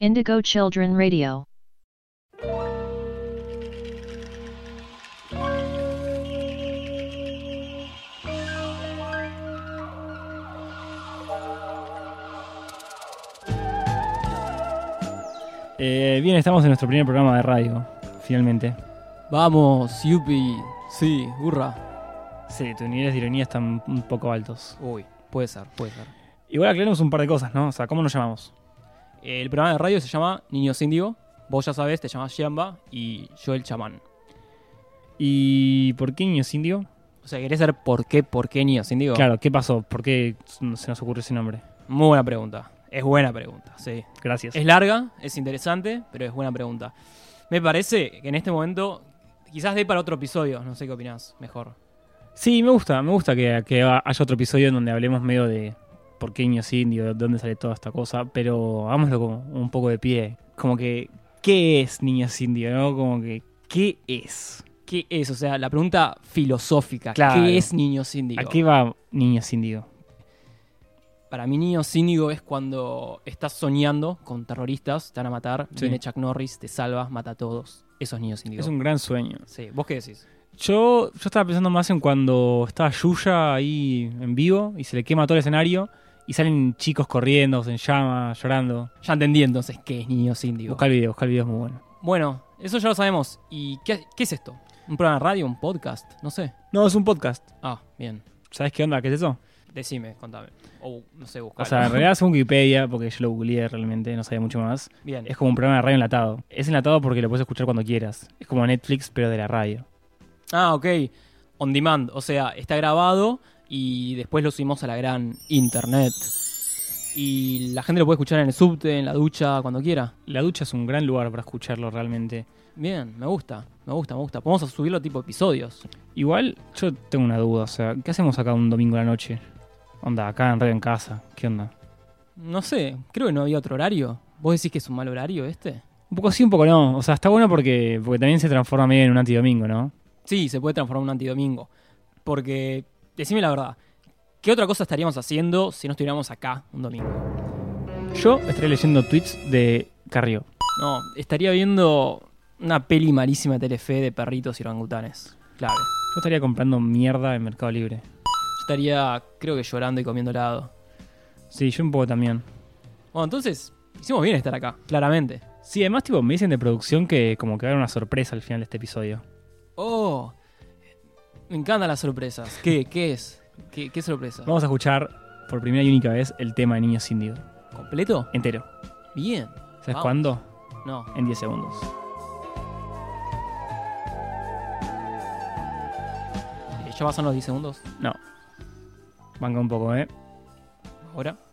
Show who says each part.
Speaker 1: Indigo Children Radio.
Speaker 2: Eh, bien, estamos en nuestro primer programa de radio, finalmente.
Speaker 3: Vamos, yupi. Sí, hurra.
Speaker 2: Sí, tus niveles de ironía están un poco altos.
Speaker 3: Uy, puede ser, puede ser.
Speaker 2: Igual aclaremos un par de cosas, ¿no? O sea, ¿cómo nos llamamos?
Speaker 3: El programa de radio se llama Niños Índigo. Vos ya sabés, te llamas Yamba y yo el chamán.
Speaker 2: ¿Y por qué niños indio?
Speaker 3: O sea, ¿querés saber por qué, por qué Niños Índigo?
Speaker 2: Claro, ¿qué pasó? ¿Por qué se nos ocurrió ese nombre?
Speaker 3: Muy buena pregunta. Es buena pregunta, sí.
Speaker 2: Gracias.
Speaker 3: Es larga, es interesante, pero es buena pregunta. Me parece que en este momento quizás dé para otro episodio. No sé qué opinás, mejor.
Speaker 2: Sí, me gusta, me gusta que, que haya otro episodio en donde hablemos medio de por qué niños indio, de dónde sale toda esta cosa, pero hagámoslo como un poco de pie. Como que, ¿qué es niños indio? ¿No? Como que, ¿qué es?
Speaker 3: ¿Qué es? O sea, la pregunta filosófica.
Speaker 2: Claro.
Speaker 3: ¿Qué es Niños Índigo?
Speaker 2: ¿A qué va niños indio?
Speaker 3: Para mí, niño cínico es cuando estás soñando con terroristas, te van a matar,
Speaker 2: Sí.
Speaker 3: viene Chuck Norris, te salvas, mata a todos. Eso es niño cínico.
Speaker 2: Es un gran sueño.
Speaker 3: Sí, ¿vos qué decís?
Speaker 2: Yo, yo estaba pensando más en cuando estaba Yuya ahí en vivo y se le quema todo el escenario y salen chicos corriendo, en llamas, llorando.
Speaker 3: Ya entendí entonces qué es niño cínico.
Speaker 2: Buscar el video, buscar el video es muy bueno.
Speaker 3: Bueno, eso ya lo sabemos. ¿Y qué, qué es esto? ¿Un programa de radio? ¿Un podcast? No sé.
Speaker 2: No, es un podcast.
Speaker 3: Ah, bien.
Speaker 2: ¿Sabes qué onda? ¿Qué es eso?
Speaker 3: Decime, contame. O no sé, buscar.
Speaker 2: O sea, en realidad es un Wikipedia, porque yo lo googleé realmente, no sabía mucho más.
Speaker 3: bien.
Speaker 2: Es como un programa de radio enlatado. Es enlatado porque lo puedes escuchar cuando quieras. Es como Netflix, pero de la radio.
Speaker 3: Ah, ok. On demand. O sea, está grabado y después lo subimos a la gran internet. Y la gente lo puede escuchar en el subte, en la ducha, cuando quiera.
Speaker 2: La ducha es un gran lugar para escucharlo realmente.
Speaker 3: Bien, me gusta, me gusta, me gusta. Podemos subirlo tipo episodios.
Speaker 2: Igual, yo tengo una duda, o sea, ¿qué hacemos acá un domingo a la noche? Onda, acá en radio en casa, ¿qué onda?
Speaker 3: No sé, creo que no había otro horario. ¿Vos decís que es un mal horario este?
Speaker 2: Un poco sí, un poco no. O sea, está bueno porque, porque también se transforma medio en un antidomingo, ¿no?
Speaker 3: Sí, se puede transformar en un antidomingo. Porque, decime la verdad, ¿qué otra cosa estaríamos haciendo si no estuviéramos acá un domingo?
Speaker 2: Yo estaré leyendo tweets de Carrió.
Speaker 3: No, estaría viendo una peli malísima de Telefe de perritos y orangutanes. Clave.
Speaker 2: Yo estaría comprando mierda en Mercado Libre.
Speaker 3: Yo estaría, creo que llorando y comiendo helado.
Speaker 2: Sí, yo un poco también.
Speaker 3: Bueno, entonces, hicimos bien estar acá, claramente.
Speaker 2: Sí, además, tipo, me dicen de producción que como que va a haber una sorpresa al final de este episodio.
Speaker 3: Oh, me encantan las sorpresas. ¿Qué, qué es? ¿Qué, qué sorpresa?
Speaker 2: Vamos a escuchar por primera y única vez el tema de Niños Indio.
Speaker 3: ¿Completo?
Speaker 2: Entero.
Speaker 3: Bien.
Speaker 2: ¿Sabes
Speaker 3: Vamos.
Speaker 2: cuándo?
Speaker 3: No.
Speaker 2: En 10 segundos.
Speaker 3: Eh, Ya pasan los 10 segundos.
Speaker 2: Banca un poco, ¿eh?
Speaker 3: Ahora.